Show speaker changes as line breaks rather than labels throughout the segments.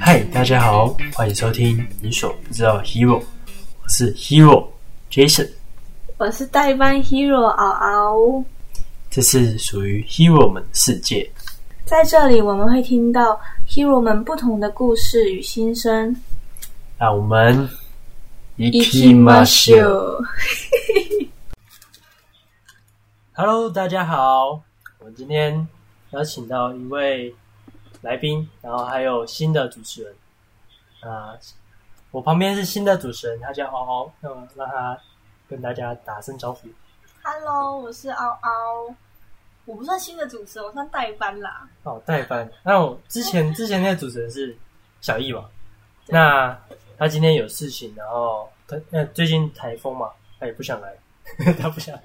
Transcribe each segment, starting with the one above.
嗨，大家好，欢迎收听你所不知道的 Hero，我是 Hero Jason，
我是代班 Hero 敖敖，
这是属于 Hero 们的世界。
在这里我们会听到 Hero 们不同的故事与心声。
那我们一 Hello，大家好，我们今天邀请到一位来宾，然后还有新的主持人。啊、我旁边是新的主持人，他叫敖敖，那么让他跟大家打声招呼。
Hello，我是敖敖，我不算新的主持人，我算代班啦。
哦，代班。那我之前之前那个主持人是小易嘛，那他今天有事情，然后他呃最近台风嘛，他也不想来， 他不想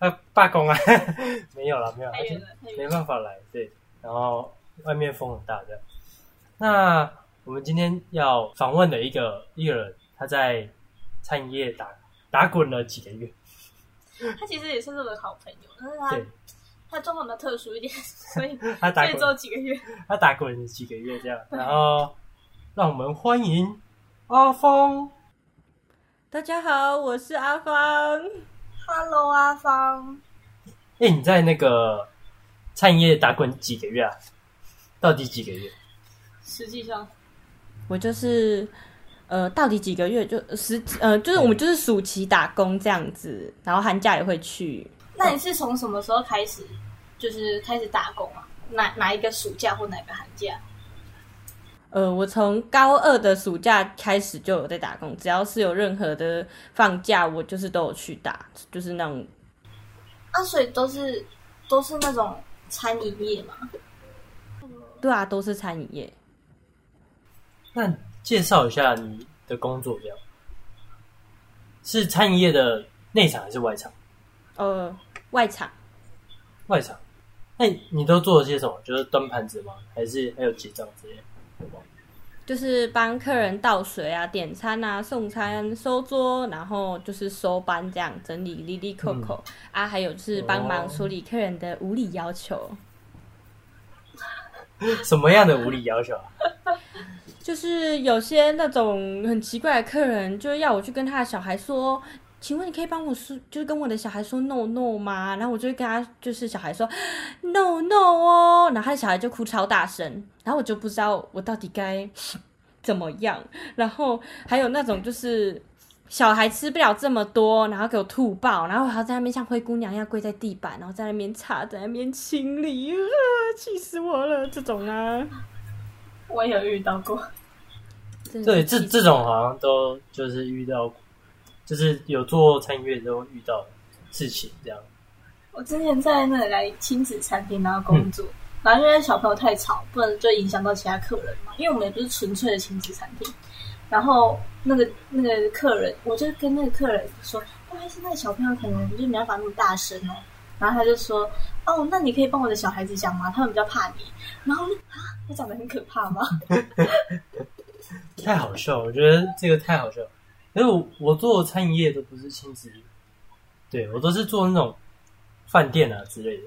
他罢工啊， 没有了没有啦，
太远了，太远
没
了。
办法来，对，然后外面风很大这样。那我们今天要访问的一个一个人，他在餐饮业打打滚了几个月，
他其实也算是我的好朋友，但是他
对
他状况比较特殊一点， 所以
他 打
所以只有
滚
几个月。
他打滚了几个月这样，然后让我们欢迎阿峰。
大家好，我是阿芳。
Hello，阿芳，
哎、你在那个餐饮业打滚几个月啊？到底几个月？
实际上
我就是呃，到底几个月就十呃，就是我们就是暑期打工这样子，然后寒假也会去。
那你是从什么时候开始，就是开始打工啊？哪哪一个暑假或哪个寒假？
呃，我从高二的暑假开始就有在打工，只要是有任何的放假，我就是都有去打，就是那种
啊，所以都是都是那种餐饮业嘛。
对啊，都是餐饮业。
那介绍一下你的工作，这样是餐饮业的内场还是外场？
呃，外场
外场。那你都做了些什么？就是端盘子吗？还是还有结账之类的？
就是帮客人倒水啊、点餐啊、送餐、收桌，然后就是收班这样整理里里扣扣啊，还有就是帮忙处理客人的无理要求，
什么样的无理要求啊？
就是有些那种很奇怪的客人，就要我去跟他的小孩说。请问你可以帮我说，就是跟我的小孩说 no no 吗？然后我就会跟他，就是小孩说 no no 哦，然后他的小孩就哭超大声，然后我就不知道我到底该怎么样。然后还有那种就是小孩吃不了这么多，然后给我吐爆，然后我还要在那边像灰姑娘一样跪在地板，然后在那边擦，在那边清理，啊，气死我了！这种啊，
我也有遇到过，
真的
对，
是
这
气死
这种好像都就是遇到，就是有做餐饮业都遇到的事情这样。
我之前在那里来亲子餐厅然后工作，然后因为小朋友太吵，不然就影响到其他客人嘛。因为我们也不是纯粹的亲子餐厅，然后那个那个客人，我就跟那个客人说，不好意思，那个小朋友可能就没办法那么大声哦。然后他就说，哦，那你可以帮我的小孩子讲吗？他们比较怕你。然后我就啊，我长得很可怕吗？
太好笑了，我觉得这个太好笑了。因为我我做餐饮业都不是亲子，对我都是做那种饭店啊之类的。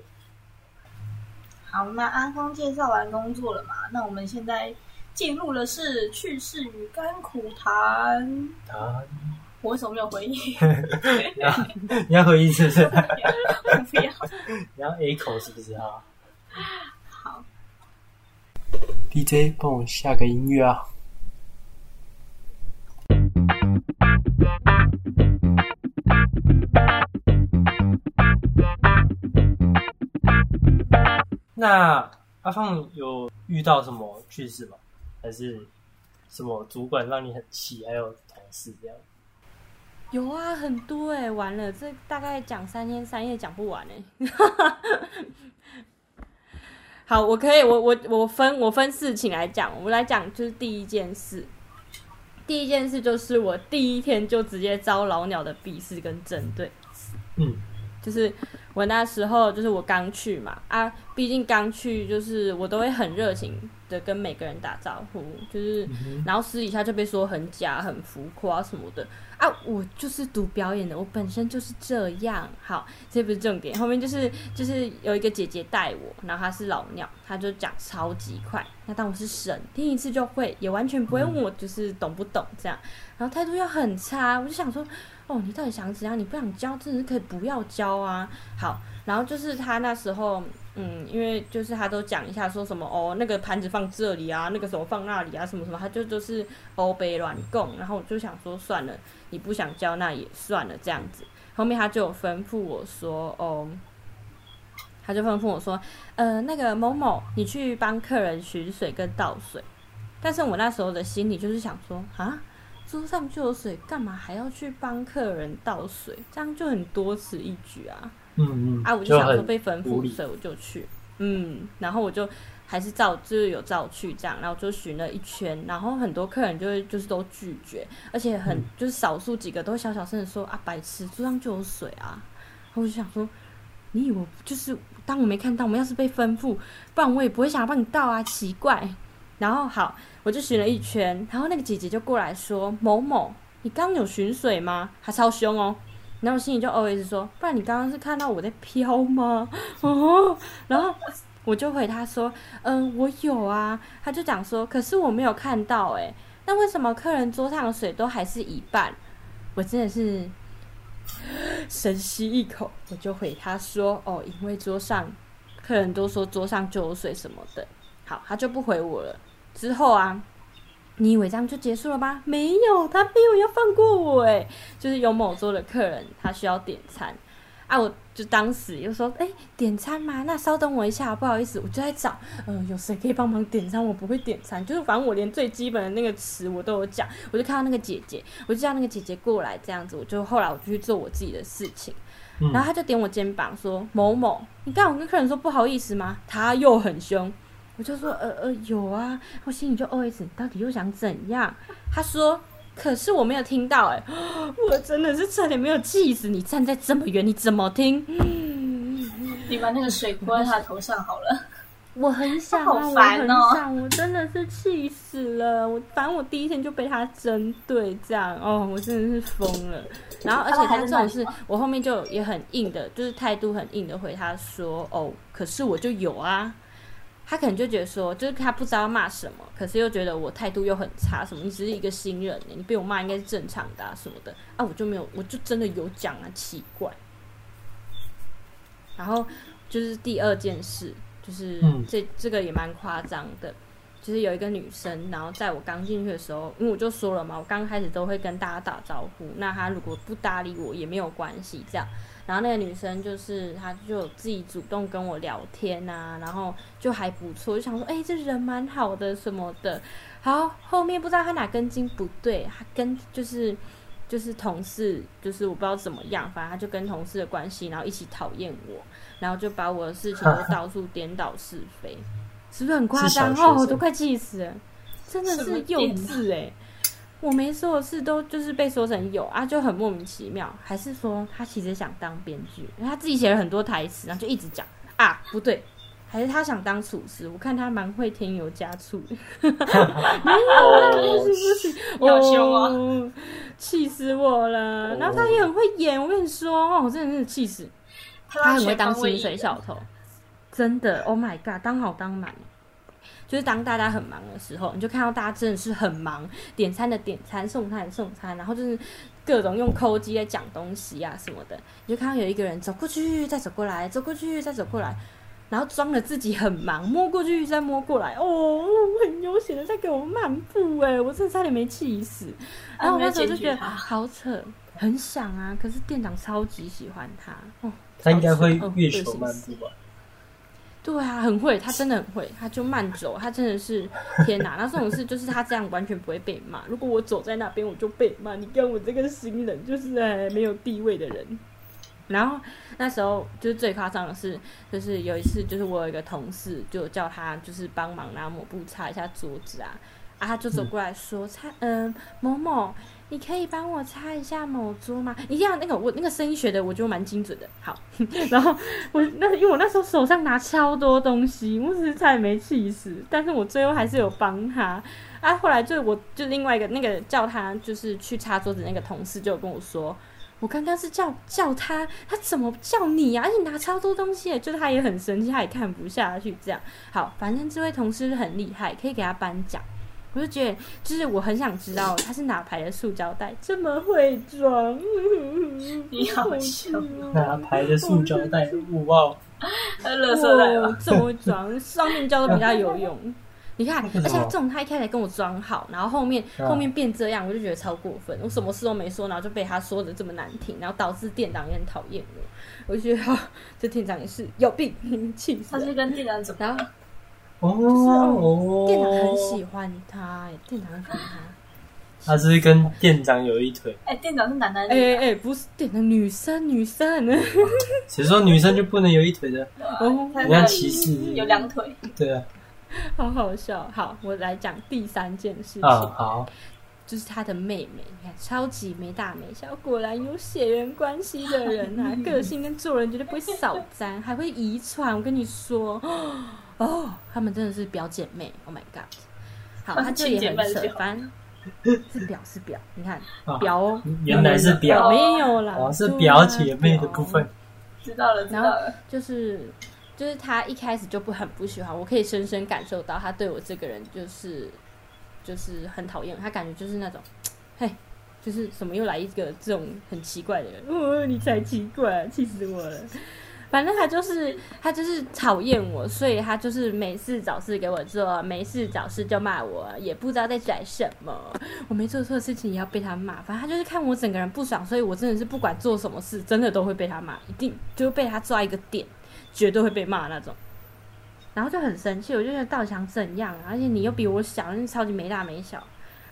好，那阿芳介绍完工作了嘛？那我们现在进入的是趣事与甘苦谈。
啊，
我为什么没有 回应？
你要你要回忆是不是？
不要。
你要 A 口是不是啊
好
？DJ 帮我下个音乐啊！那阿放有遇到什么趣事吗？还是什么主管让你很气，还有同事这样？
有啊，很多哎、完了，这大概讲三天三夜讲不完哎、 好，我可以，我我我分我分事情来讲，我来讲就是第一件事。第一件事就是我第一天就直接遭老鸟的鄙视跟针对，
嗯，
就是我那时候就是我刚去嘛，啊，毕竟刚去，就是我都会很热情的跟每个人打招呼，就是，
嗯
然后私底下就被说很假、很浮夸什么的啊。我就是读表演的，我本身就是这样。好，这不是重点，后面就是就是有一个姐姐带我，然后她是老鸟，她就讲超级快，那当我是神，听一次就会，也完全不会问我就是懂不懂这样，然后态度又很差，我就想说。哦，你到底想怎样？你不想教，真的是可以不要教啊。好，然后就是他那时候，嗯，因为就是他都讲一下说什么哦，那个盘子放这里啊，那个什么放那里啊，什么什么，他就就是欧北乱供。然后我就想说算了，你不想教那也算了这样子。后面他就有吩咐我说，哦，他就吩咐我说，呃，那个某某，你去帮客人寻水跟倒水。但是我那时候的心里就是想说，啊，桌上就有水，干嘛还要去帮客人倒水？这样就很多此一举啊。
嗯嗯，
啊，我就想说
很
被吩
无
咐，
理
所以我就去。嗯，然后我就还是照，就是有照去这样，然后就巡了一圈，然后很多客人就会就是都拒绝，而且很、
嗯
就是少数几个都会小小声的说啊，白痴，桌上就有水啊。然后我就想说，你以为我就是当我没看到，我们要是被吩咐，不然我也不会想要帮你倒啊，奇怪。然后好，我就巡了一
嗯
圈，然后那个姐姐就过来说：“某某，你刚刚有巡水吗？”她超凶哦。然后我心里就 always 说：“不然你刚刚是看到我在飘吗？” 哦，然后我就回她说：“嗯，我有啊。”她就讲说：“可是我没有看到哎、那为什么客人桌上的水都还是一半？”我真的是深吸一口，我就回她说：“哦，因为桌上客人都说桌上就有水什么的。”好，她就不回我了。之后啊，你以为这样就结束了吗？没有，他没有要放过我哎，就是有某桌的客人他需要点餐啊，我就当时又说，哎、点餐吗？那稍等我一下，不好意思，我就在找，呃，有谁可以帮忙点餐？我不会点餐，就是反正我连最基本的那个词我都有讲，我就看到那个姐姐，我就叫那个姐姐过来这样子，我就后来我就去做我自己的事情。
嗯
然后他就点我肩膀说：“某某，你刚好跟客人说不好意思吗？”他又很凶，我就说：“呃呃，有啊。”我心里就 OS：你到底又想怎样？他说：“可是我没有听到、欸， 我真的是差点没有气死你！站在这么远，你怎么听？
你把那个水泼在他头上好了。
我很想、啊，
好烦哦
我很想，我真的是气死了。我反正我第一天就被他针对，这样哦，我真的是疯了。然后，而
哦
且他这种事，我后面就也很硬的，就是态度很硬的回他说：“哦，可是我就有啊。”他可能就觉得说，就是他不知道骂什么，可是又觉得我态度又很差，什么你只是一个新人，欸你被我骂应该是正常的啊什么的啊，我就没有，我就真的有讲啊，奇怪。然后就是第二件事，就是
嗯
这、这个也蛮夸张的，就是有一个女生，然后在我刚进去的时候，因为我就说了嘛，我刚开始都会跟大家打招呼，那她如果不搭理我也没有关系，这样。然后那个女生就是她就有自己主动跟我聊天啊，然后就还不错，就想说，哎、这人蛮好的什么的。好，后面不知道她哪根筋不对，她跟就是就是同事，就是我不知道怎么样，反正她就跟同事的关系，然后一起讨厌我，然后就把我的事情都到处颠倒是非， 是不是很夸张
是小学生
哦？我都快气死了，真的
什么
是幼
电脑
稚哎、我没说的事都就是被说成有啊，就很莫名其妙。还是说他其实想当编剧，因为他自己写了很多台词，然后就一直讲啊，不对，还是他想当厨师？我看他蛮会添油加醋，
哦，
你好凶哦
哦，气死我了！然后他也很会演，我跟你说哦，真的是气死。他很会当薪水小偷，真的，Oh my god，当好当满。就是当大家很忙的时候，你就看到大家真的是很忙，点餐的点餐，送餐的送餐，然后就是各种用抠机在讲东西啊什么的。你就看到有一个人走过去，再走过来，走过去，再走过来，然后装了自己很忙，摸过去再摸过来，哦，很悠闲的在给我漫步、欸，哎，我真的差点没气死。
啊
然后我
你没
那时候就
检举
觉得
他
好扯，很想啊，可是店长超级喜欢他，哦，
他应该会
嗯
月
对
球
是
漫步吧？
对啊，很会，他真的很会，他就慢走，他真的是天哪！ 那这种事就是他这样完全不会被骂。如果我走在那边，我就被骂。你看我这个新人，就是哎没有地位的人。然后那时候就是最夸张的是，就是有一次，就是我有一个同事就叫他就是帮忙拿抹布擦一下桌子啊，啊，他就走过来说：“擦，嗯、某某，你可以帮我擦一下某桌吗？一定要那个我那个声音学的，我觉得蛮精准的。好，然后我那因为我那时候手上拿超多东西，我实在没气死，但是我最后还是有帮他。啊，后来就我就另外一个那个叫他就是去擦桌子那个同事就有跟我说，我刚刚是叫叫他，他怎么叫你啊？而且拿超多东西耶，就是他也很生气，他也看不下去这样。好，反正这位同事很厉害，可以给他颁奖。我就觉得，就是我很想知道他是哪牌的塑胶袋，这么会装。
你好笑
哪牌的塑胶袋？哇，
还乐色袋吧？
哇 这么会装，上面胶都比较有用。你看，
为什么
而且这种他一开始跟我装好，然后后面、
啊
后面变这样，我就觉得超过分。我什么事都没说，然后就被他说的这么难听，然后导致店长也很讨厌我。我就觉得、哦 这店长也是有病，气死
他
了。
是跟店长怎么？
然后
哦
哦
哦，
店长很喜欢他，哎店长很喜欢他。
他是不是跟店长有一腿。
哎，店长是男男
哎哎
女，
哎，不是店长，女生女生。
谁说女生就不能有一腿的？
哦
他
你看
那
歧视
里有两腿，
对啊，
好好笑。好，我来讲第三件事情，
啊好，
就是他的妹妹，你看超级没大没小，果然有血缘关系的人啊，个性跟做人绝对不会少沾，还会遗传。我跟你说，哦，他们真的是表姐妹，Oh my god！好，
他是
他这
亲
也
姐妹
很扯
就好，
反正是表是表，你 看
啊
表哦，
原来是表，
没有啦，
哦，是
对啊
表姐妹的部分。
知道了知道
然后
了。
就是就是他一开始就不很不喜欢我，可以深深感受到他对我这个人就是就是很讨厌，他感觉就是那种，嘿，就是什么又来一个这种很奇怪的人， 哦，你才奇怪，气死我了。反正他就是他就是讨厌我，所以他就是没事找事给我做，没事找事就骂我，也不知道在拽什么。我没做错事情也要被他骂，反正他就是看我整个人不爽，所以我真的是不管做什么事，真的都会被他骂，一定就是被他抓一个点，绝对会被骂那种。然后就很生气，我就觉得到底想怎样、啊？而且你又比我小，真是超级没大没小。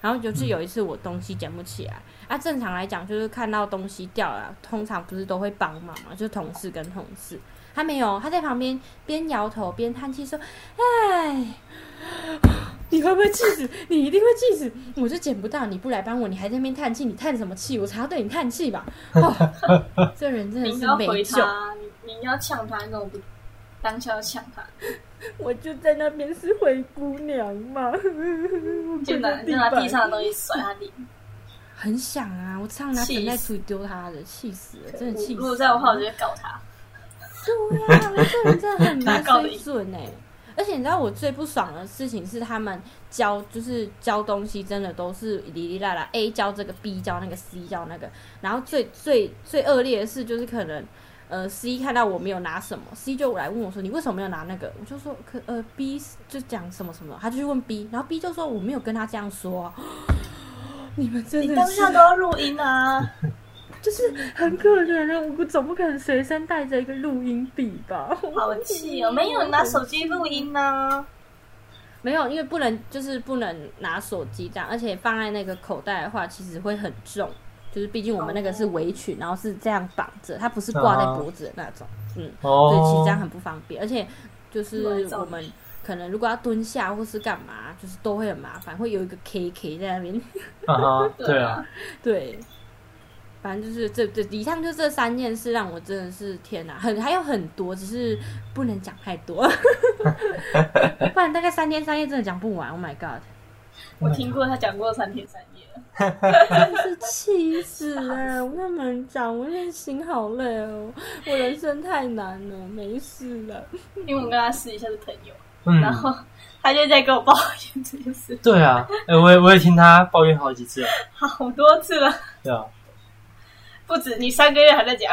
然后就是有一次我东西捡不起来，啊，正常来讲就是看到东西掉了，通常不是都会帮忙嘛，就是同事跟同事。他没有，他在旁边边摇头边叹气说：“哎，你会不会气死？你一定会气死！我就捡不到，你不来帮我，你还在那边叹气，你叹什么气？我才要对你叹气吧！哦，这人真的
你应该
是
要
没
回
救。
他，你你应该要呛他，你怎么不当下要呛他？
我就在那边是灰姑娘嘛，我
就拿
跪在
就拿
板
地上的东西甩他脸。
很想啊！我常常拿
气
整袋
死
厨丢他的，气死了，真的气死了。
如果在我话，我就会搞他。
对呀、啊，这人真的 很没水准哎、而且你知道我最不爽的事情是，他们教就是教东西，真的都是哩哩啦啦，A 教这个，B 教那个，C 教那个。然后最最最恶劣的是，就是可能呃 C 看到我没有拿什么，C 就来问我说你为什么没有拿那个？我就说可呃 B 就讲什么什么，他就去问 B，然后 B 就说我没有跟他这样说啊、 你们真
你
的
当
是
下都要录音啊！
就是很可怜啊！我总不可能随身带着一个录音笔吧？
好气
嗯
哦，没有拿手机录音啊呢。
没有，因为不能就是不能拿手机这样，而且放在那个口袋的话，其实会很重。就是毕竟我们那个是围裙，然后是这样绑着，它不是挂在脖子的那种，嗯，所以其实
哦
这，样很不方便。而且就是我们可能如果要蹲下或是干嘛，就是都会很麻烦，会有一个 KK 在那边。
啊哈，对
对
啊
啊，
对，反正就是这这以上就这三件事让我真的是天哪，很还有很多，只是不能讲太多， 不然大概三天三夜真的讲不完。Oh my god！
我听过他讲过三天三夜了，
是气死了！我跟你们讲，我现在心好累哦，我人生太难了，没事了。
因为我跟他私底下是朋友，
嗯，
然后他就在跟我抱怨这件事，
对啊，哎，我也我也听他抱怨好几次了，
好多次了，
对啊，
不止你三个月还在讲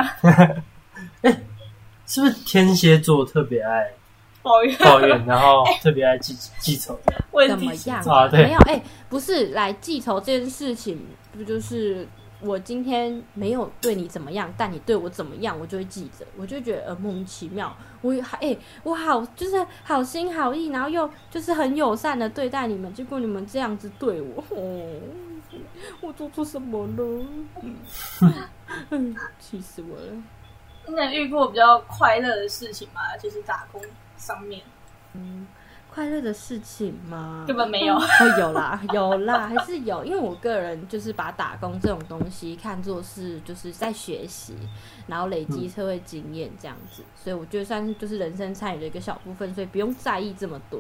是不是天蝎座特别 爱
抱怨
抱怨，然后
哎
特别爱记记仇？
问
哦怎么
题是
样
啊对
没有，哎、不是来记仇这件事情，不就是我今天没有对你怎么样，但你对我怎么样，我就会记着，我就觉得呃莫名其妙。我还哎、我好就是好心好意，然后又就是很友善的对待你们，结果你们这样子对我，哦，我做错什么了？ 嗯，气死我了。
你有遇过比较快乐的事情吗？就是打工上面，
快乐的事情吗？
根本没有。
哦，有啦， 有啦，还是有。因为我个人就是把打工这种东西看作是就是在学习，然后累积社会经验这样子，所以我觉得算是就是人生参与的一个小部分，所以不用在意这么多。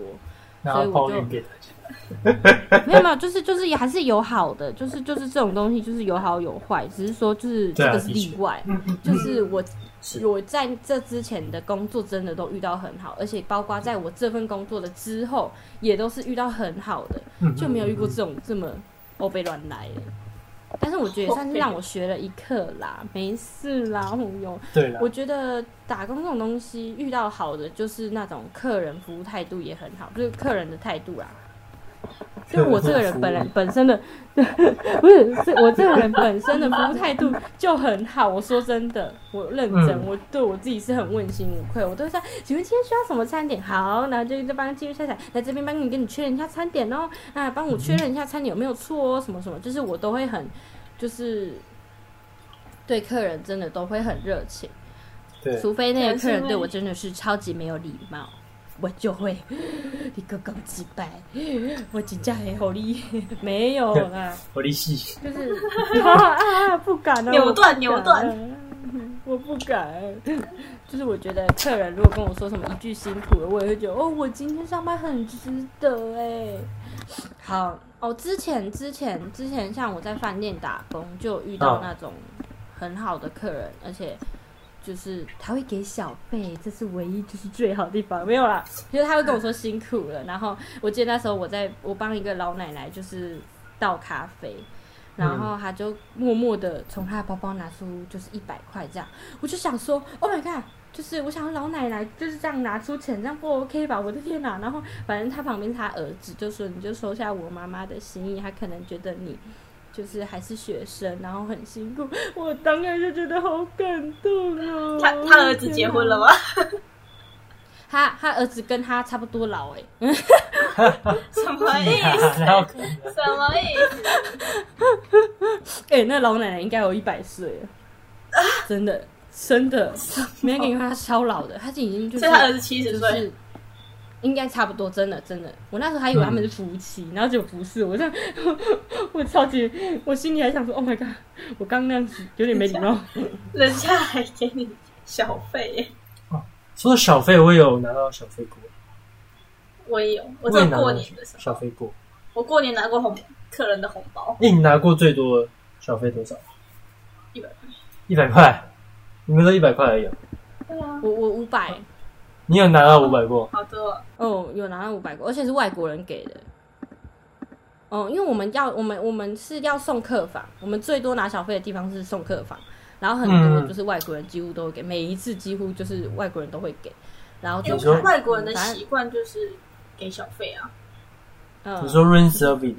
然
所以
后
我
抱
就
怨给大家。
没有没有，就是就是也还是有好的，就是就是这种东西就是有好有坏，只是说就是这
对啊
个是
的确
例外，
嗯嗯
就是我
是
我在这之前的工作真的都遇到很好，而且包括在我这份工作的之后，也都是遇到很好的，
嗯
就没有遇过
嗯
这种这么欧被乱来的。但是我觉得也算是让我学了一课啦，没事啦，我有。
嗯对了
我，觉得打工这种东西，遇到好的就是那种客人服务态度也很好，就是客人的态度啦。就我这个 人本来
客人
本身的，不是是我这个人本身的服务态度就很好。我说真的，我认真，
嗯
我对我自己是很问心无愧。我都会说，请问今天需要什么餐点？好，然后就在帮继续下载，来这边帮你跟你确认一下餐点哦。那帮我确认一下餐点有没有错哦，什么什么，就是我都会很，就是对客人真的都会很热情。
对，
除非那个客
可能是因
人
为
对我真的是超级没有礼貌，我就 会你个狗鸡掰，我真正很好你 没有啦，
我力气
就是啊 啊不敢了，
扭断
我不敢
扭断
了。 我不敢，就是我觉得客人如果跟我说什么一句辛苦了，我也会觉得哦，我今天上班很值得哎。好哦，之前之前之前，像我在饭店打工，就有遇到
嗯
那种很好的客人，而且就是他会给小费，这是唯一就是最好的地方，没有啦，就是他会跟我说辛苦了。然后我记得那时候我在我帮一个老奶奶就是倒咖啡。然后他就默默的从他的包包拿出就是一百块这样，我就想说，Oh my god！就是我想老奶奶就是这样拿出钱，这样不 OK 吧？我的天哪！然后反正他旁边是他儿子就说，你就收下我妈妈的心意，他可能觉得你就是还是学生，然后很辛苦。我当然就觉得好感动哦。
他他儿子结婚了吗？
他他儿子跟他差不多老哎、
什 么意 思？
然后可能
什么意思？
哎、那老奶奶应该有一百岁了，
啊
真的 真的，没跟你说她超老的，她已经就是
所以他儿子七十
就
岁，
是应该差不多，真的真的。我那时候还以为他
嗯
们是夫妻，然后结果不是，我这样 我超级，我心里还想说，Oh my god，我刚那样子有点没礼貌。
人家还给你小费耶。
说到小费，我也有拿到小费过，
我也有，我
也
在
拿
过
到
年的时
小
候，
费过。
我过年拿过红客人的红包，
那你拿过最多的小费多少？
一百
一百块，你们都一百块而已哦。
对啊，
我我五百，
你有拿到五百过？
好多哦。
哦，有拿到五百过，而且是外国人给的。哦，因为我们要我们我们是要送客房，我们最多拿小费的地方是送客房，然后很多
嗯
就是外国人几乎都会给，每一次几乎就是外国人都会给，然后
因
就
你
为
说
看
外国人的
反正
习惯就是给小费啊，
嗯
你说 room service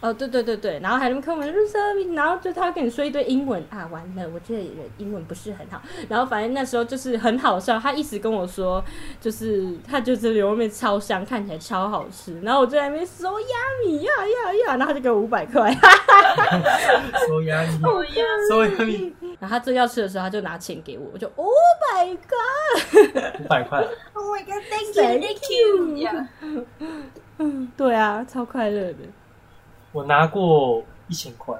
哦，对对对对，然后还能跟我们就是，然后就他会跟你说一堆英文啊，完了，我这个人英文不是很好。然后反正那时候就是很好笑，他一直跟我说，就是他就这里外面超香，看起来超好吃。然后我就在那边说呀米呀呀呀，然后他就给我五百块。
收押你，
嗯
不一样。
Oh,
收押你
然后他最要吃的时候，他就拿钱给我，我就 Oh my god，
五百块，
Oh my god, thank
you,
thank you.
嗯，对啊，超快乐的，
我拿过一千块。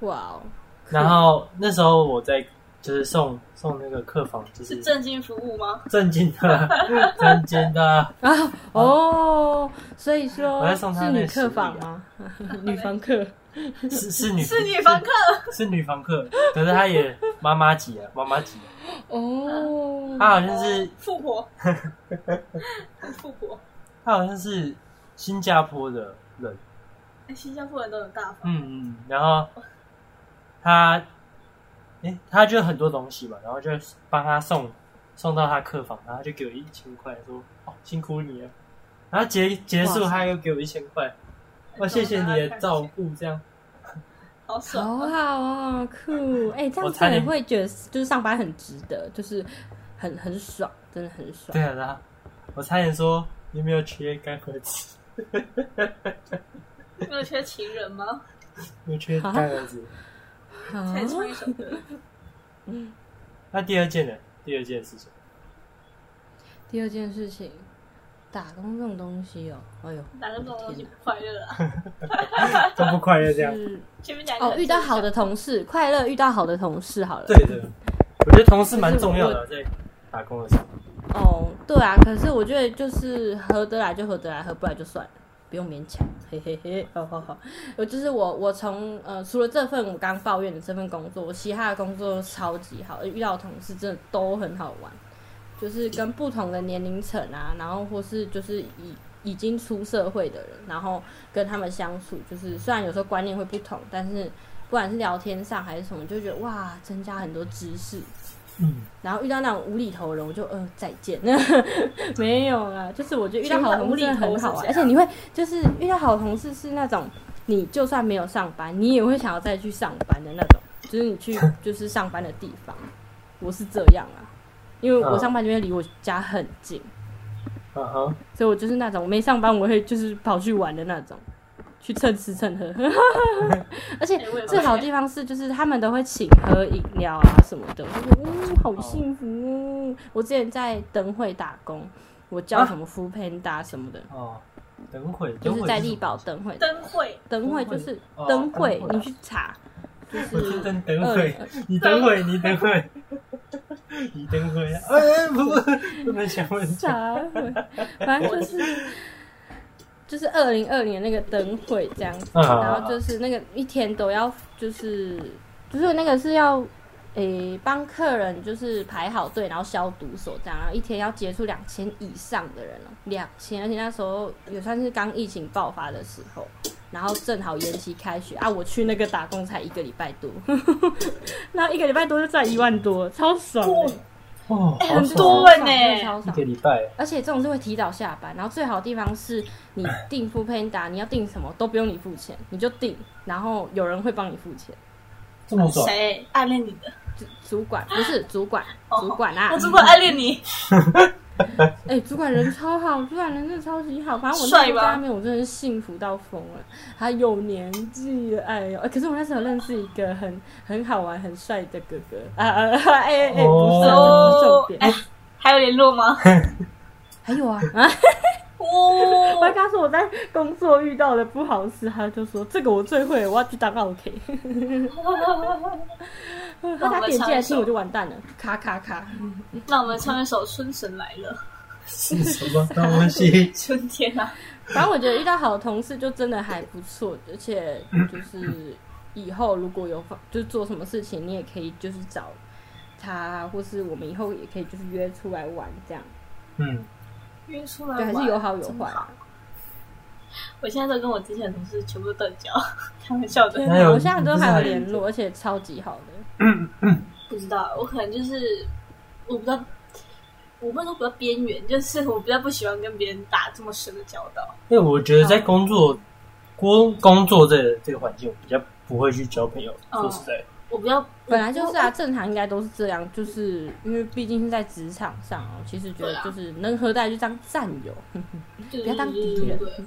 哇哦，
然后那时候我在就是送送那个客房，就是是
正经服务吗？
正经的 正经的，
啊哦，所以
我
说
在送他
是
那
女
个啊
客房
行李
吗？ 女房客。
是是女
是女房客，
是女房客，可是她也妈妈级啊，妈妈级啊，
哦，
她好像是
富婆，富婆。
她好像是新加坡的人，
哎新加坡人都很大方，
嗯嗯，然后她，诶、她就很多东西嘛，然后就帮她送送到她客房，然后她就给我一千块，说哦辛苦你了，然后结结束
哇塞
她又给我一千块，哦谢谢你的照顾，这样。
好
好
爽啊。
好哦，酷！哎、这
我
样
差
子你
点
会觉得就是上班很值得，就是很很爽，真的很爽。
对啊，然后我差点说你有没有缺干儿子？
没有缺情人吗？
有缺干儿子？
好
才出一首歌，
那第二件呢？第二件事情，
第二件事情，打工这种东西哦，哎呦，
打工这种东西
天
不快乐 啊。
都不快乐这样。
是
前面讲
哦，遇到好的，同事，快乐遇到好的同事好了。
对的，我觉得同事蛮重要的，在打工的时候。
哦，对啊，可是我觉得就是合得来就合得来，合不来就算了，不用勉强。嘿嘿嘿，好好好。我就是我，我从呃除了这份我刚抱怨的这份工作，我其他的工作都超级好，遇到的同事真的都很好玩，就是跟不同的年龄层啊，然后或是就是已已经出社会的人，然后跟他们相处，就是虽然有时候观念会不同，但是不管是聊天上还是什么，就觉得哇，增加很多知识。
嗯，
然后遇到那种无厘头的人，我就呃再见。 没有啦，就是我觉得遇到好的同事真的很
请问
好玩，
无厘头是谁啊
而且你会就是遇到好的同事是那种你就算没有上班，你也会想要再去上班的那种，就是 你去就是上班的地方，我是这样啊，因为我
嗯
上班就会离我家很近，
啊
嗯
哈，
所以我就是那种没上班我会就是跑去玩的那种，去蹭吃 蹭喝。而且
哎我也
最
会
好的地方是，就是他们都会请喝饮料啊什么的，我就觉得嗯，好幸福哦。我之前在灯会打工，我叫
啊
什么 f o o Panda 什么的，
哦，等会，等
就
会
是在力宝灯会，
灯会
灯会就是
哦
灯会
灯，会
你去查，就
我是
是嗯呃
等等 会，你等会，你等会，你等 会， 哎，不不，不能想问题。啊
啥会，反正就是就是二零二零的那个灯会这样子，
嗯
然后就是那个一天都要就是就是那个是要。诶，帮客人就是排好队，然后消毒手这样，然后一天要接触两千以上的人了，哦两千，而且那时候也算是刚疫情爆发的时候，然后正好延期开学啊，我去那个打工才一个礼拜多，然后一个礼拜多就赚一万多，超爽的、
哦，
哎
好
很
爽
多
超
欸
爽真的超
一
爽
个礼拜，
而且这种是会提早下班，然后最好的地方是你订 f o o Panda，你 要订什么都不用你付钱，你就订，然后有人会帮你付钱。
这么爽，
谁暗恋你的？
主主 管不是主管，
哦
主管啊
我，主管暗恋你，
哎、主管人超好，主管人真的超级好，反正我那时
帅
候
吧
在那边我真的是幸福到疯了。他有年纪了，哎呦，哎可是我那时候认识一个很很好玩、很帅的哥哥啊啊，啊哎哎哎，不是、
哦
啊，这不是重点，
哎，还有联络吗？
还有啊 啊。
哦
我还跟他说我在工作遇到的不好事，他就说这个我最会，我要去当 OK。那他点进来嗯听我就完蛋了，咔咔咔。
那我们唱一首《春神来了
是什么东 西》，？
春天啊，
反正我觉得遇到好的同事就真的还不错，而且就是以后如果有发就是做什么事情，你也可以就是找他，或是我们以后也可以就是约出来玩这样。
嗯，
晕出来
对，还
玩
是有嗯好有
真
坏。啊
我现在都跟我之前的同事全部都断交， 开玩笑的
天。
哪
哪，
有
我现在都还有联
不是
络，而且超级好的。
不知道，我可能就是我比较，我不能说比较边缘，就是我比较不喜欢跟别人打这么深的交道。
因为我觉得在工作工工作这个这个环境，我比较不会去交朋友，
哦
说实在，
我比较
本来就是啊，正常应该都是这样，就是因为毕竟是在职场上哦，其实觉
对
得
啊
就是能合在就当战友，
对
不要当敌
对
人
对对，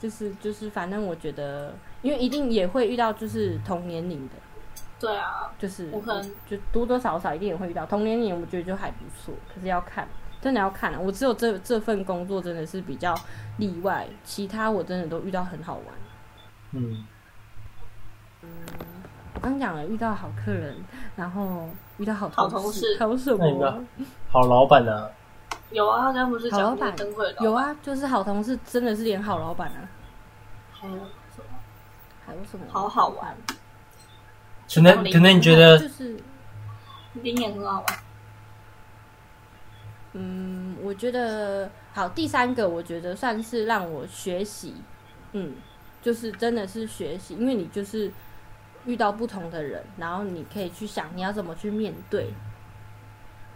就是就是反正我觉得，因为一定也会遇到就是同年龄的，
对啊，
就是
我可能
就多多少少一定也会遇到同年龄，我觉得就还不错，可是要看，真的要看啊。我只有这这份工作真的是比较例外，其他我真的都遇到很好玩。
嗯，
我刚讲了，遇到好客人，然后遇到好
好
同
同
事，
事
还有什
那你呢
么？
好老板啊，
有啊，他刚刚不是
好老
讲过
板
灯会了，哦
有啊，就是好同事真的是连好老板啊。
还有什么
还有什么？
好好玩，
可能可能你觉得
就是
林也很好玩。
嗯，我觉得好。第三个，我觉得算是让我学习，嗯，就是真的是学习，因为你就是遇到不同的人，然后你可以去想你要怎么去面对，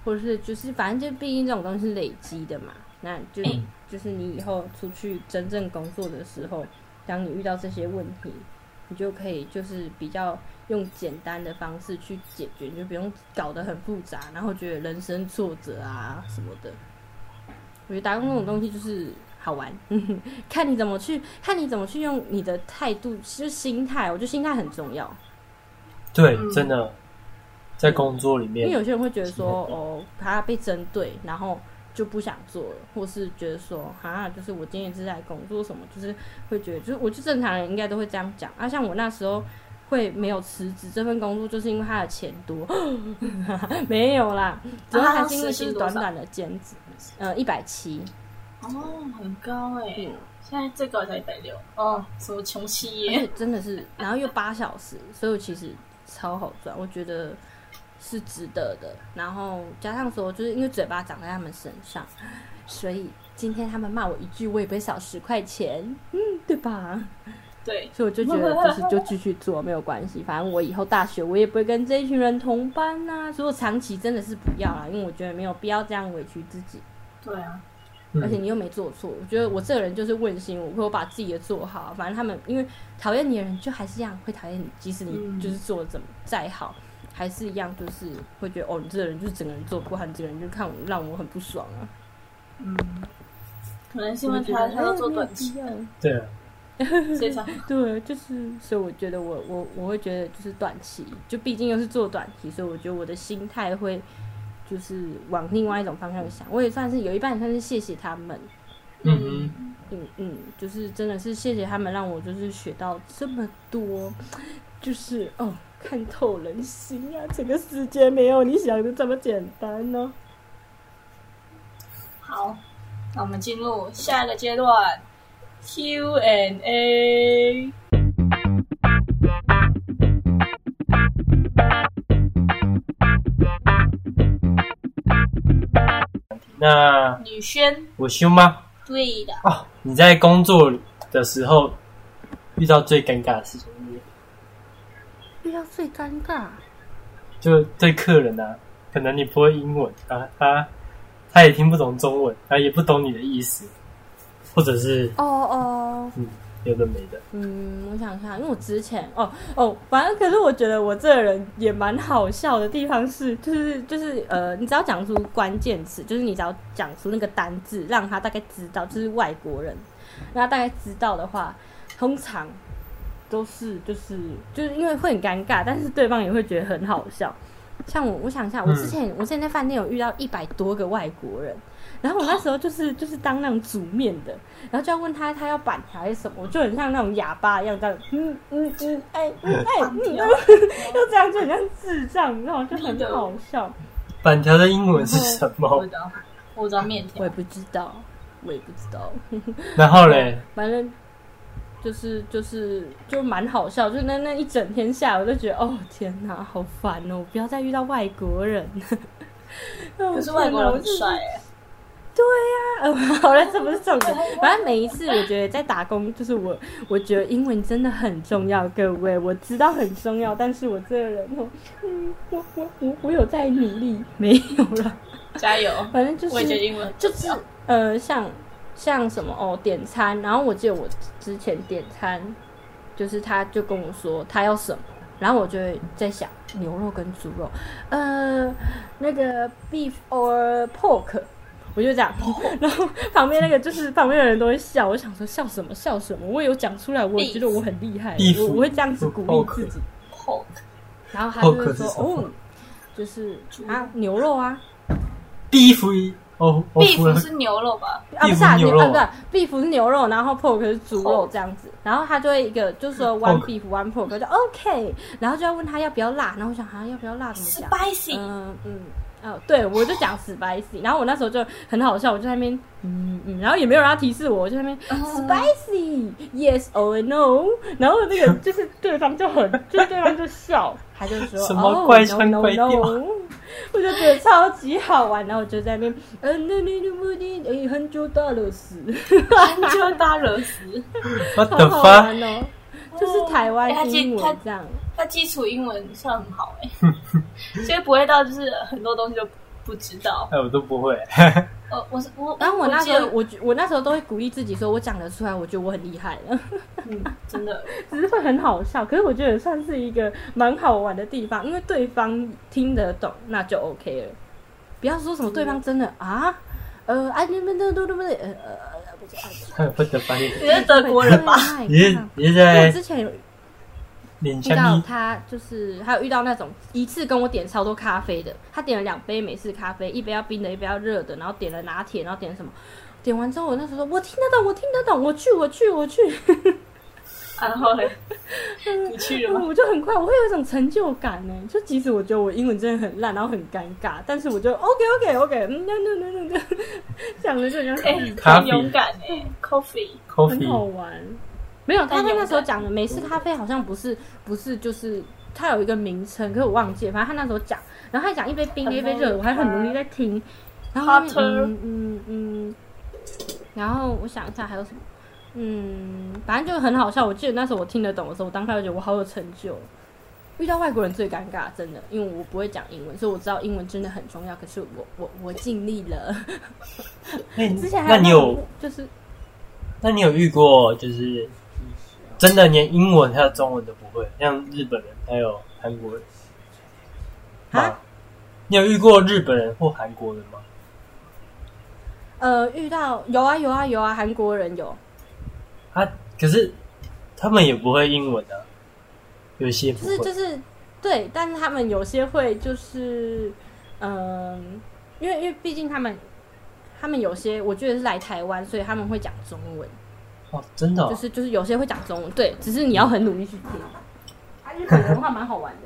或者是就是反正就毕竟这种东西是累积的嘛，那就、
嗯
就是你以后出去真正工作的时候，当你遇到这些问题，你就可以就是比较用简单的方式去解决，你就不用搞得很复杂，然后觉得人生挫折啊什么的。我觉得打工这种东西就是好玩， 看你怎么去，看你怎么去用你的态度，就是心态，我觉得心态很重要。
对
嗯，
真的在工作里
因为
面，
有些人会觉得说，哦，他被针对，然后就不想做了，或是觉得说啊，就是我今天是在工作什么，就是会觉得，就是我就正常人应该都会这样讲啊。像我那时候会没有辞职这份工作，就是因为他的钱多， 没有啦，主要还是因为就是短短的兼职，呃，一百七，
哦，很高哎、
嗯，
现在最高才一百六哦，什么穷企
而
业？
且真的是，然后又八小时，所以我其实超好赚，我觉得是值得的。然后加上说，就是因为嘴巴长在他们身上，所以今天他们骂我一句，我也不会少十块钱，嗯，对吧？
对，
所以我就觉得就是就继续做没有关系，反正我以后大学我也不会跟这一群人同班呐、所以我长期真的是不要啦，因为我觉得没有必要这样委屈自己。
对啊，
而且
嗯
你又没做错，我觉得我这个人就是问心无愧，我把自己的做好。反正他们因为讨厌你的人就还是一样会讨厌你，即使你
嗯
就是做的怎么再好，还是一样就是会觉得哦，你这个人就是整个人做不好，你这个人就看我让我很不爽啊。
嗯，可能是
因
因为
为
他他
哎
要做短期，
对
嗯
啊，
所以才会
对，就是所以我觉得我我我会觉得就是短期，就毕竟又是做短期，所以我觉得我的心态会就是往另外一种方向想。我也算是有一半也算是谢谢他们，
嗯哼，
嗯嗯，就是真的是谢谢他们，让我就是学到这么多，就是哦，看透人心啊！整个世界没有你想的这么简单呢、
好。那我们进入下一个阶段，Q&A。
那
女轩，
我凶吗？
对的，
哦，你在工作的时候遇到最尴尬的事情是什么，
遇到最尴尬，
就对客人啊，可能你不会英文啊，他他也听不懂中文，他也不懂你的意思，或者是
哦哦，
嗯，有的没的，
嗯，我想看，因为我之前哦哦，反正可是我觉得我这个人也蛮好笑的地方是，就是就是呃，你只要讲出关键词，就是你只要讲出那个单字，让他大概知道，就是外国人，让他大概知道的话，通常都是就是就是因为会很尴尬，但是对方也会觉得很好笑。像我，我想一下，我之前、我之前在饭店有遇到一百多个外国人，然后我那时候就是就是当那种煮面的，然后就要问他他要板条还是什么，我就很像那种哑巴一样这样，嗯嗯嗯，哎 嗯哎嗯，就这样就很像智障，你知道吗？就很好笑。
板条的英文是什
我
么？
知道，我知道面条
我也，不知道，我也不知道。
然后嘞，
反正就是就是就蛮好笑，就那那一整天下来，我就觉得哦天哪，好烦哦！不要再遇到外国人。 可
可是外国人很帅哎。
呃， 好了，这不是重点。反正每一次，我觉得在打工，就是我，我觉得英文真的很重要，各位，我知道很重要，但是我这个人哦，嗯，我我我我有在努力，没有了。
加油！
反正就是
我也觉得英文很
就是
重要
呃，像像什么哦，点餐，然后我记得我之前点餐，就是他就跟我说他要什么，然后我就会在想牛肉跟猪肉，呃，那个 beef or pork。我就这样，
哦
然后旁边那个就是旁边的人都会笑，我想说笑什么笑什么，我有讲出来，我也觉得我很厉害
Beef，
我我会这样子鼓励自己。
pork
然后他就
pork
会
是
说
什么
哦，就是
猪
啊牛肉啊，
地府哦，我服了
beef 是牛肉吧？
啊，不是啊，
beef 是牛
牛
肉
啊，不是啊 beef 是牛肉，然后 pork 是猪肉
Pork
这样子，然后他就会一个就说 one
Pork
beef one pork 我就 OK，然后就要问他要不要辣，然后我想啊要不要辣怎么讲？
spicy，
嗯嗯。哦，对，我就讲 spicy，然后我那时候就很好笑，我就在那边，嗯嗯，然后也没有人要提示我，我就在那边 spicy yes or no，然后那个就是对方就很，就是对方就笑，他就说
什
哦
么怪腔
no, no,
怪调
no 我就觉得超级好玩，然后我就在那边，呃，那那那不那，哎，很久大了死，
斑鸠大惹死。
，What
好
the
好
fuck？
玩哦，就是台湾
哎他记
英
他
文这样，
他基础英文算很好 哎、所以不会到就是很多东西都不知道。
哎，我都不会，
呃，我是我，
然后我那时候
记得
我觉我那时候都会鼓励自己说，我讲得出来，我觉得我很厉害了。
嗯，真的
只是会很好笑，可是我觉得算是一个蛮好玩的地方，因为对方听得懂，那就 OK 了。不要说什么对方真的、啊，呃，啊，你们都都都不对，呃呃呃，不是，呃哎
我的发现
你是德国人吧？
对？
你是哎
对
你是
对我
在
之前有，
脸
遇到
香
他就是还有遇到那种一次跟我点超多咖啡的，他点了两杯美式咖啡，一杯要冰的，一杯要热的，然后点了拿铁，然后点什么。点完之后，我那时候说，我听得懂，我听得懂，我去，我去，我去，
然后嘞，你去了吗？
我就很快，我会有一种成就感呢。就即使我觉得我英文真的很烂，然后很尴尬，但是我就 OK OK OK，嗯，那那那那那， 讲的就很像
哎、
是
咖
很
啡
勇敢哎、欸、，coffee，
很好
coffee，
玩。没有，他
但
他
有
那
的
时候讲的美式咖啡好像不是不是就是它有一个名称，可是我忘记了。反正他那时候讲，然后他讲一杯冰的，一杯热的，我还很努力在听。然后后面
Hotter
嗯嗯嗯，然后我想一下还有什么，嗯，反正就很好笑。我记得那时候我听得懂的时候，我当下就觉得我好有成就。遇到外国人最尴尬，真的，因为我不会讲英文，所以我知道英文真的很重要。可是我我我尽力了。
那
之
你
前还
那你
那种
有
就是
那你有遇过就是真的连英文还有中文都不会，像日本人还有韩国人吗
啊？
你有遇过日本人或韩国人吗？
呃，遇到有啊有啊有啊，韩国人有，
他啊可是他们也不会英文啊，有些不
就是就
会。
是对，但是他们有些会就是，嗯，因为因为毕竟他们他们有些我觉得是来台湾，所以他们会讲中文，
哦，真的、哦
就，是就是有些会讲中文，对，只是你要很努力去听。啊，日本文化蛮好玩的。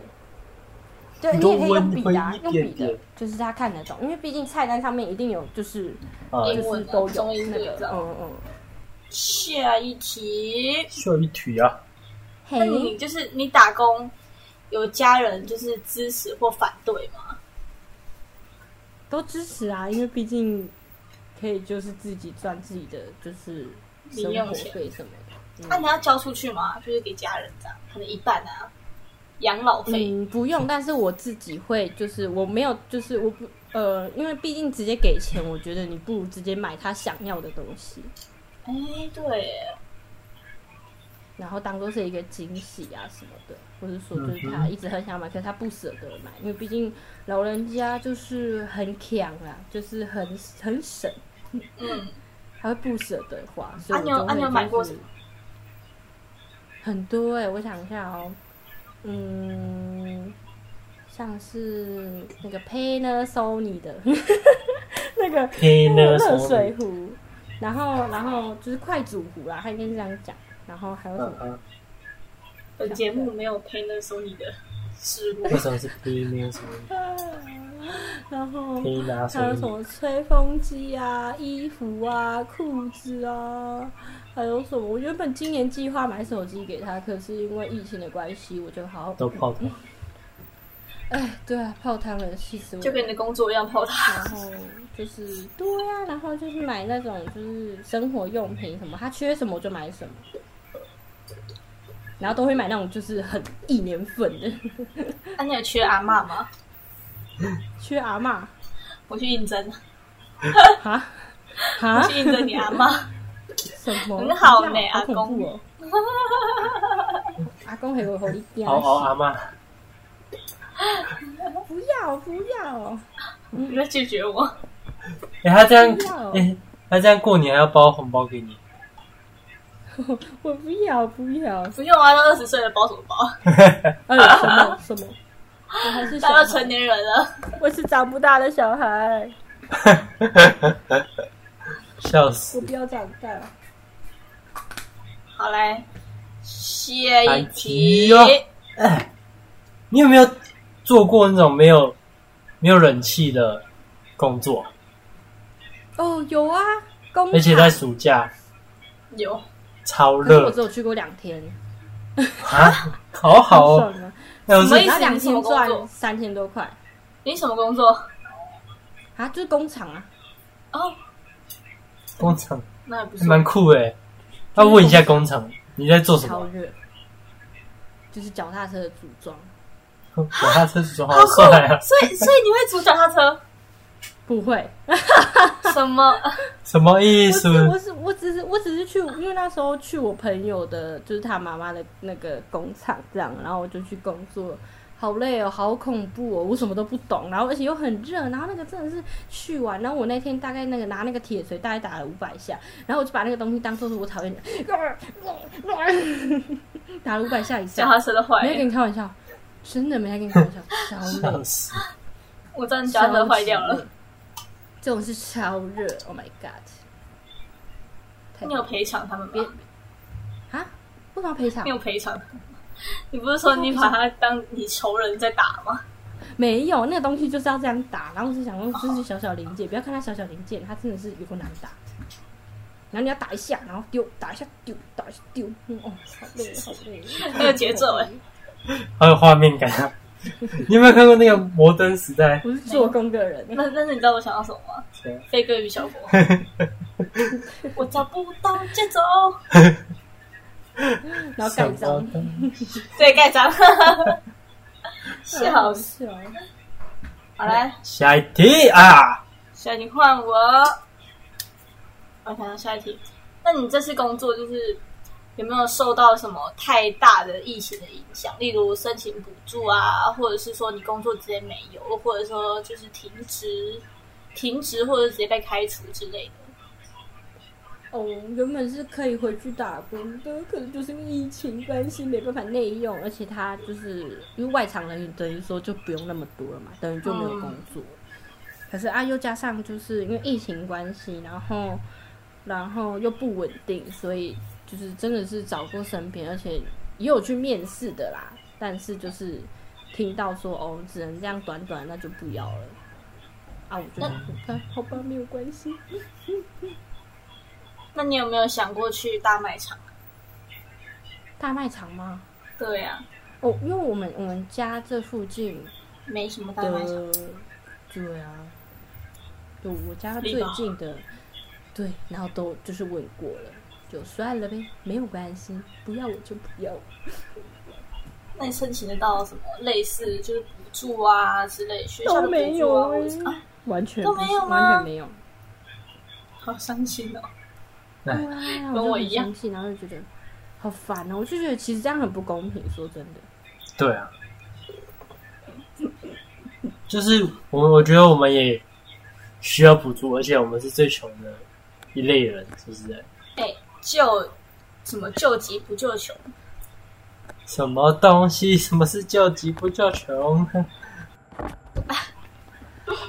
对，
你
你
都
也可以用
温
笔
会
的、啊，
一
用
点
笔的
点，
就是他看得懂，因为毕竟菜单上面一定有，就是
啊，
英
就
文
是
啊
都
中
有
英
那
都有
个，嗯嗯，
下一题，
需要一体啊。
那
嘿，
你就是你打工有家人就是支持或反对吗？
都支持啊，因为毕竟可以就是自己赚自己的就是生活费什么的。
那、你要交出去吗？就是给家人这样，可能一半啊，养老费。
嗯，不用，但是我自己会，就是我没有，就是我不呃，因为毕竟直接给钱，我觉得你不如直接买他想要的东西，
哎、
嗯
对，啊
然后当做是一个惊喜啊什么的，
嗯
或者说就是他一直很想买，可是他不舍得买，因为毕竟老人家就是很强啊，就是很很省，
嗯，
还会不舍得花，所
啊
以我
你
就
有
会、就是
啊你有买过什么
很多哎、我想一下哦，嗯，像是那个 Panasonic 的 那个
黑呢什
热
么
水壶，然后然后就是快煮壶啦，它应该是这样讲，然后还有什
嗯嗯，
么？
本节目没有 Panasonic 的事
嗯
物。
为什么是黑呢？什么嗯
然后
黑呢？
还有什么吹风机啊、衣服啊、裤子啊，还有什么？我原本今年计划买手机给他，可是因为疫情的关系，我就好好
都泡 汤。
哎，对啊，泡汤了，气死我了！
就跟你的工作一样泡汤。
然后就是对呀、然后就是买那种就是生活用品什么，他缺什么我就买什么，然后都会买那种就是很一年份的，
那、你有缺阿嬷吗？
缺阿嬷
我去应征，
哈
我
哈
去应征你阿嬷。
什么？
很好呢
这样好
阿
恐怖哦！阿公给我吼你家，
嗷嗷阿妈，
不要不要，
你在拒绝我？
哎、他这样
不要，
哎、他这样过年还要包红包给你，
我不要不要，
不用啊，都二十岁了，包什 么包？
哎什么什么？我还是小
大
孩
家都成年人了，
我是长不大的小孩，
笑死
我！不要长大。
好来，下一
来题
题。
哟哎，你有没有做过那种没有没有冷气的工作？
哦，有啊，工厂。
而且在暑假
有
超
可是我
热
只有去过两天，
啊，好好
好
哦。
爽啊！
那我
什么
是
意思
然后两
你什么工
天
作
赚三千多块
你什么工作？
啊，就是工厂啊。
哦，
工厂，
那也不
还
是
蛮酷哎。要问一下工厂你在做什
超
么？
热，就是脚踏车的组装，
脚踏车组装
好
好
酷
帅啊！
所以所以你会租脚 踏车？
不会，
哎
什么？
什么意
不
思
是？，我是我只是我只是去，因为那时候去我朋友的，就是他妈妈的那个工厂这样，然后我就去工作好累哦，好恐怖哦，我什么都不懂，然后而且又很热，然后那个真的是去玩，然后我那天大概那个拿那个铁锤大概打了五百下，然后我就把那个东西当做是我讨厌的， 打了五百下以
脚踏
上，
车都坏
没在
了，
跟你开玩笑，真的没在跟你开玩 笑，超累
笑。死！
我真的脚踏车坏掉
超级
了。
热。这种是超热，Oh my god！太
你有赔偿他们
别
吗？
啊？为什么要赔偿
你？有赔偿他们吗？你不是说你把他当你仇人在打吗？
没有，那个东西就是要这样打。然后我就想说，就是小小零件，不要看它小小零件，它真的是有够难打。然后你要打一下，然后丢，打一下丢，打一下丢，嗯哦，好累，好 累，
那个节奏哎
好有画面感啊！你有没有看过那个《摩登时代》？
我是做工的人，
那那你知道我想要什么吗？
谁
飞哥 与小佛，我找不到剑走，
然后盖章，
对，盖章，
太
笑死！
啊笑了。
好来，
下一题啊！
下一题换我，我想想下一题。那你这次工作就是有没有受到什么太大的疫情的影响？例如申请补助啊，或者是说你工作直接没有，或者说就是停职、停职或者直接被开除之类的。
哦，原本是可以回去打工的，可是就是因为疫情关系没办法内用，而且他就是因为外场人员等于说就不用那么多了嘛，等于就没有工作。可是啊，又加上就是因为疫情关系，然后然后又不稳定，所以就是真的是找过身边，而且也有去面试的啦，但是就是听到说哦，只能这样短短，那就不要了。啊，我觉得啊好吧，没有关系。
那你有没有想过去大卖场？
大卖场吗？
对啊呀、
哦，因为我们我们家这附近
没什么大卖场。
的，对啊，就我家最近的，对，然后都就是问过了，就算了呗，没有关系，不要我就不要。
那你申请得到什么类似就是补助啊之类，学校的
都没
补助
有
啊
啊
或者是啊，
完全
都没有吗
完全没有。
好伤心哦。
对
哎
啊，
跟
就
我
很
一样
生气，然后就觉得好烦哦，我就觉得其实这样很不公平，说真的。
对啊，就是我们，我觉得我们也需要补助，而且我们是最穷的一类人，是不是？
哎，救什么救急不救穷？
什么东西？什么是救急不救穷？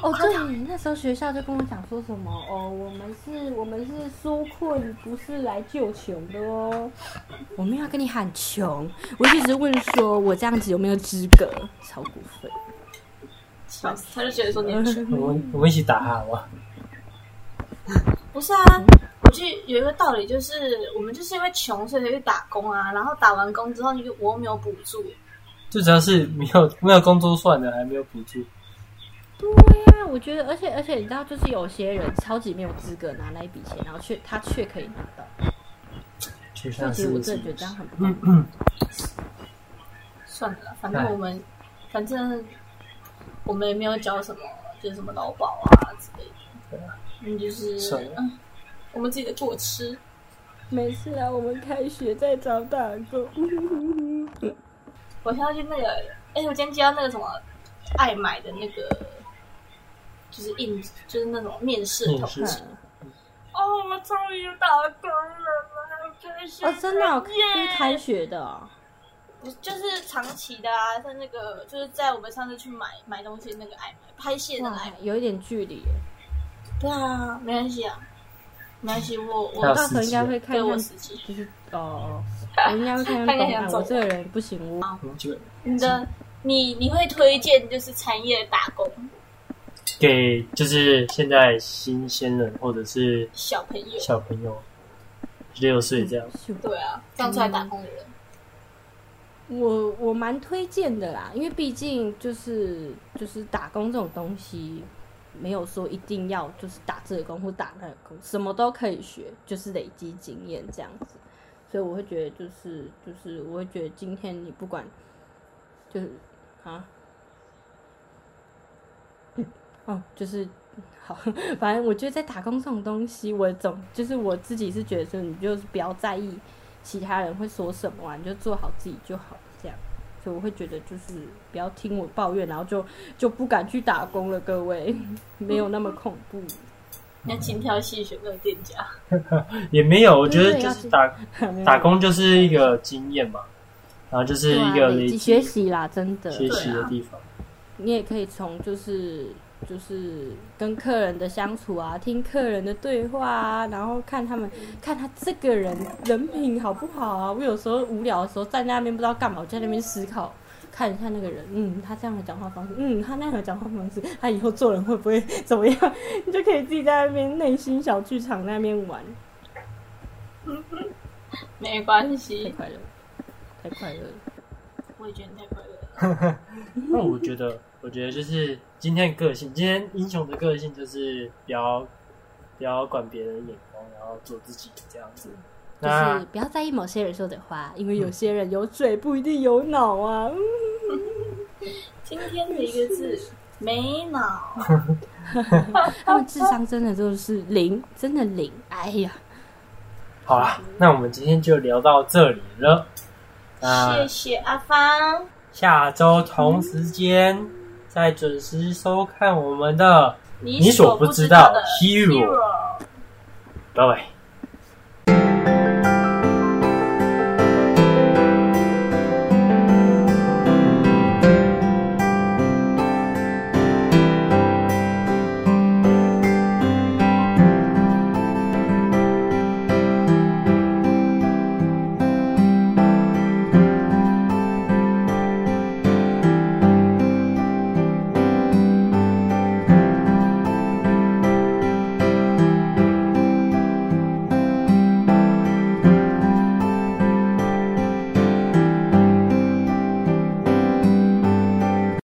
哦，对，那时候学校就跟我讲说什么哦，我们是，我们是纾困，不是来救穷的哦。我没有要跟你喊穷，我一直问说我这样子有没有资格，超过分。
笑死他就觉得说你很穷。
我
嗯
们我们一起打哈好不好？
不是啊，我觉得有一个道理就是，我们就是因为穷所以才去打工啊，然后打完工之后你就我又没有补助，
就只要是没有没有工作算的，还没有补助，
对呀、我觉得，而且而且你知道，就是有些人超级没有资格拿那一笔钱，然后却他却可以拿到，
就
所以
像
其
是
实我真的觉得这样很不公
嗯
平。
算了啦，反正我们反正我们也没有交什么，就是什么劳保啊之类的。
对
啊，嗯，就是
算了
嗯我们自己的过吃。
没事啊，我们开学再找打工。
我现在去那个，哎、我今天接到那个什么爱买的那个，就是应就是那种面试
面
通
试
知。哦，我终于打工了，真是
哦，真的哦、就是
耶
开学的哦、
就是长期的啊，在那个就是在我们上次去买买东西那个爱买拍戏的
哇
爱买，，
有一点距离耶。
对啊，没关系啊，没关系，我
还有
我
到时候应该会看
对
看
我自己，
就是哦，我应该会
看
看
看
看动
想
漫。
走
我这个哦人不行，我
我们就
你的你你会推荐就是产业打工
给就是现在新鲜人或者是
小朋友，
小朋友六岁这样，
是
对啊，刚出来打工的人，
我我蛮推荐的啦，因为毕竟就是就是打工这种东西，没有说一定要就是打这个工或打那个工，什么都可以学，就是累积经验这样子。所以我会觉得就是就是我会觉得今天你不管就是啊， 嗯，哦，就是好， 反正我觉得在打工这种东西，我总就是我自己是觉得说，你就是不要在意其他人会说什么啊，你就做好自己就好，这样。所所以我会觉得就是不要听我抱怨，然后就就不敢去打工了。各位，没有那么恐怖。
要精挑细选那个店家。
也没有，我觉得
对
就
嗯要
是
去
打
没有
打工就是一个经验嘛，然后就是
对
一
啊
个累
累积
积
学习啦，真的。啊
学习的地方。
你也可以从就是就是跟客人的相处啊，听客人的对话啊，然后看他们看他这个人人品好不好啊。我有时候无聊的时候站在那边不知道干嘛，我在那边思考。看一下那个人，嗯，他这样的讲话方式，嗯，他那样的讲话方式，他以后做人会不会怎么样？ 你就可以自己在那边内心小剧场那边玩，
没关
太
系，
快乐，太快乐了。
我也觉得你太快乐了。
那我觉得，我觉得就是今天的个性，今天英雄的个性就是不要不要管别人的眼光，然后做自己这样子。
就
那
是不要在意某些人说的话，因为有些人有嘴不一定有脑啊。嗯
今天的一个字，没脑。
他们智商真的就是零，真的零。哎呀，
好啦，
嗯
那我们今天就聊到这里了。那
谢谢阿芳，
下周同时间再准时收看我们的
你
你所
所
不
知
知道
的
Hero，拜拜。